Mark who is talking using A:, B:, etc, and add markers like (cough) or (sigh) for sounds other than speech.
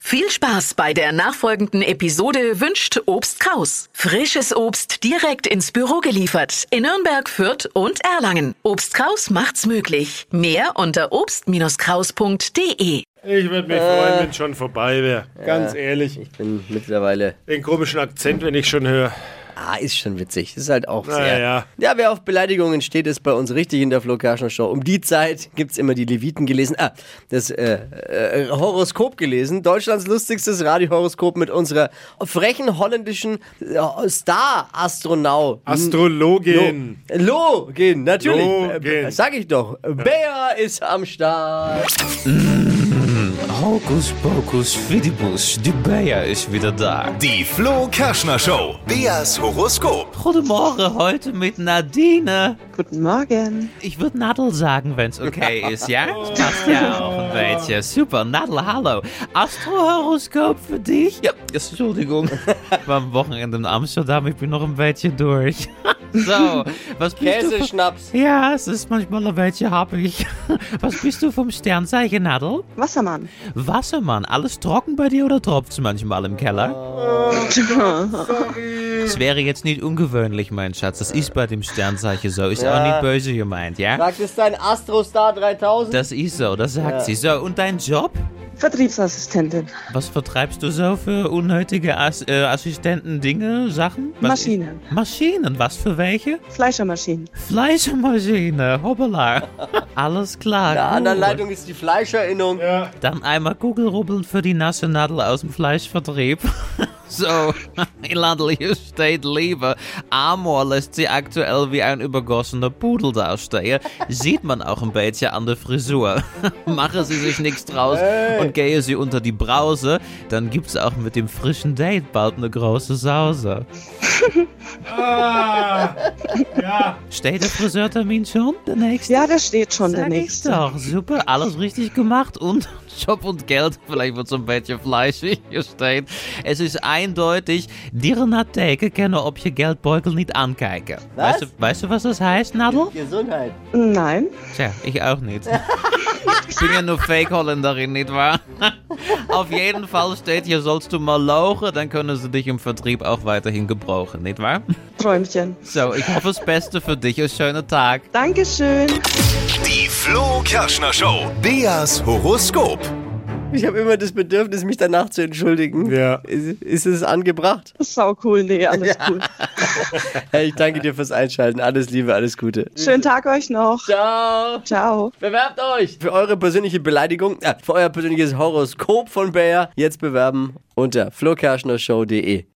A: Viel Spaß bei der nachfolgenden Episode wünscht Obst Kraus. Frisches Obst direkt ins Büro geliefert in Nürnberg, Fürth und Erlangen. Obst Kraus macht's möglich. Mehr unter obst-kraus.de.
B: Ich würde mich freuen, wenn es schon vorbei wäre. Ganz ehrlich.
C: Ich bin mittlerweile.
B: Den komischen Akzent, wenn ich schon höre.
C: Ah, ist schon witzig. Ist halt auch
B: Na
C: sehr.
B: ja.
C: ja, wer auf Beleidigungen steht, ist bei uns richtig in der Flo Kerschner Show. Um die Zeit gibt's immer die Leviten gelesen. Ah, das äh, äh, Horoskop gelesen. Deutschlands lustigstes Radiohoroskop mit unserer frechen holländischen äh, Star-Astronau.
B: Astrologin.
C: Lo, Login, natürlich.
B: Login.
C: Äh, Sag ich doch. Bea ist am Start.
D: Hocus Pocus Fidibus, die Bayer ist wieder da.
E: Die Flo Kerschner Show. Beas Horoskop.
D: Guten Morgen heute mit Nadine.
F: Guten Morgen.
D: Ich würde Nadel sagen, wenn's okay ist, ja? Das passt ja auch ein beetje. Super, Nadel, hallo. Astrohoroskop für dich? Ja, (laughs) Entschuldigung. Ich war am Wochenende in Amsterdam, ich bin noch ein beetje (laughs) durch. So, was bist du...
C: Käse,
D: von-
C: Schnaps.
D: Ja, es ist manchmal ein beetje happig. (laughs) Was bist du vom Sternzeichen, Nadel?
F: Wassermann.
D: Wassermann, alles trocken bei dir oder tropft's manchmal im Keller?
C: Oh,
D: Es wäre jetzt nicht ungewöhnlich, mein Schatz. Das ist bei dem Sternzeichen so. Ist auch
C: Ja.
D: nicht böse gemeint, ja?
C: Sagt es dein Astrostar 3000?
D: Das ist so, das sagt
C: Ja.
D: sie. So, und dein Job?
F: Vertriebsassistentin.
D: Was vertreibst du so für unnötige As äh, Assistenten, Dinge, Sachen? Was
F: Maschinen.
D: Maschinen, was für welche?
F: Fleischermaschinen.
D: Fleischmaschine, hoppala.
C: (laughs)
D: Alles klar.
C: In der anderen
D: gut.
C: Leitung ist die Fleischerinnung.
B: Ja.
D: Dann einmal Kugelrubbeln für die nasse Nadel aus dem Fleischvertrieb. (laughs) So, (laughs) in landlicher steht Liebe. Amor lässt sie aktuell wie ein übergossener Pudel dastehen. Sieht man auch ein bisschen an der Frisur. (laughs) Mache sie sich nichts draus und gehe sie unter die Brause, dann gibt's auch mit dem frischen Date bald eine große Sause. Steht der Friseurtermin schon? Der nächste?
F: Ja, da steht schon der
D: Sag ich
F: nächste.
D: doch, super, alles richtig gemacht und (laughs) Job und Geld, vielleicht wird so ein bisschen fleischig gesteht. Es ist eindeutig, dieren nach Theke kennen ob je Geldbeutel nicht ankijken. Weißt du, weißt du, was das heißt, Nadel?
C: Gesundheit.
F: Nein.
D: Tja, ich auch nicht. Ich bin ja nur Fake-Holländerin, nicht wahr? (laughs) Auf jeden Fall steht hier, sollst du mal lauchen, dann können sie dich im Vertrieb auch weiterhin gebrauchen, nicht wahr?
F: Träumchen.
D: So, ich hoffe das Beste für dich, einen schönen Tag.
F: Dankeschön.
E: Die Flo Kerschner Show. Beas Horoskop.
C: Ich habe immer das Bedürfnis, mich danach zu entschuldigen.
B: Ja.
C: Ist, ist es angebracht?
F: Sau cool. Nee, alles cool.
C: Hey, ich danke dir fürs Einschalten. Alles Liebe, alles Gute.
F: Schönen Tag euch noch.
C: Ciao.
F: Ciao.
C: Bewerbt euch für eure persönliche Beleidigung, äh, für euer persönliches Horoskop von Bayer. Jetzt bewerben unter flokerschnershow.de.